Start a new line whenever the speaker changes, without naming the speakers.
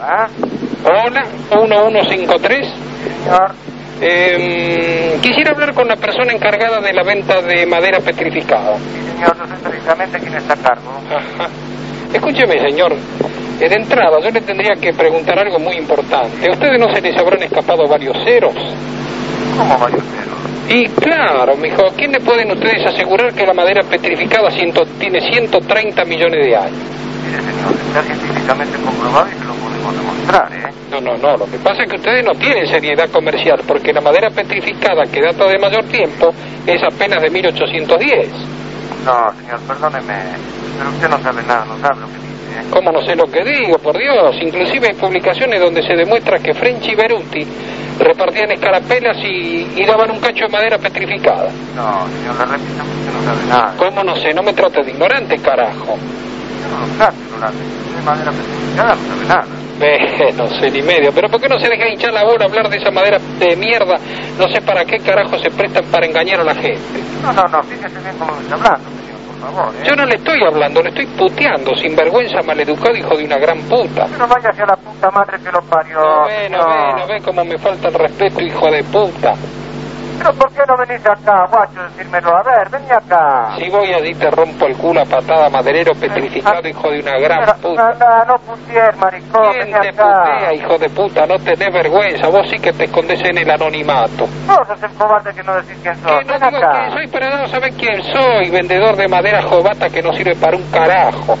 ¿Ah?
Hola, 1153.
Señor.
Eh, quisiera hablar con la persona encargada de la venta de madera petrificada.
Sí, señor, no sé precisamente quién está a cargo.
Ajá. Escúcheme, señor. eh, De entrada, yo le tendría que preguntar algo muy importante. ¿A ustedes no se les habrán escapado varios ceros?
¿Cómo varios ceros?
Y claro, mijo, ¿a ¿quién le pueden ustedes asegurar que la madera petrificada ciento- tiene 130 millones de años?
Mire, señor, está científicamente comprobado y se lo podemos demostrar, ¿eh?
No, no, no. Lo que pasa es que ustedes no tienen seriedad comercial, porque la madera petrificada que data de mayor tiempo es apenas de 1810.
No, señor, perdóneme, pero usted no sabe nada, no sabe lo que dice, ¿eh?
¿Cómo no sé lo que digo? Por Dios. Inclusive hay publicaciones donde se demuestra que French y Beruti repartían escarapelas y, y daban un cacho de madera petrificada.
No, señor, le repito que usted no sabe nada.
¿Cómo no sé? No me trate de ignorante, carajo.
Yo no lo trato, ignorante. Usted de madera petrificada no sabe nada.
Ve, no sé ni medio. Pero ¿por qué no se deja hinchar la bola hablar de esa madera de mierda? No sé para qué carajo se prestan para engañar a la gente.
No, no, no, fíjese bien cómo me está hablando, señor, por favor, ¿eh?
Yo no le estoy hablando, le estoy puteando, sinvergüenza, maleducado, hijo de una gran puta.
Pero vaya hacia la puta madre que lo parió.
No ve, no ve,
señor.
no ve cómo me falta el respeto, hijo de puta.
Pero ¿por qué no venís acá, guacho, a decírmelo? A ver, vení acá.
Si voy allí te rompo el culo a patada, maderero petrificado, hijo de una
Pero,
gran puta.
Anda, Ah, no pusier, maricón,
¿Quién
vení
te
acá.
putea, hijo de puta? No tenés vergüenza, vos sí que te escondes en el anonimato.
Vos sos el cobarde que no decís quién
Que
sos.
no
Ven
digo
acá.
quién soy, pero no sabés quién soy, vendedor de madera jovata que no sirve para un carajo.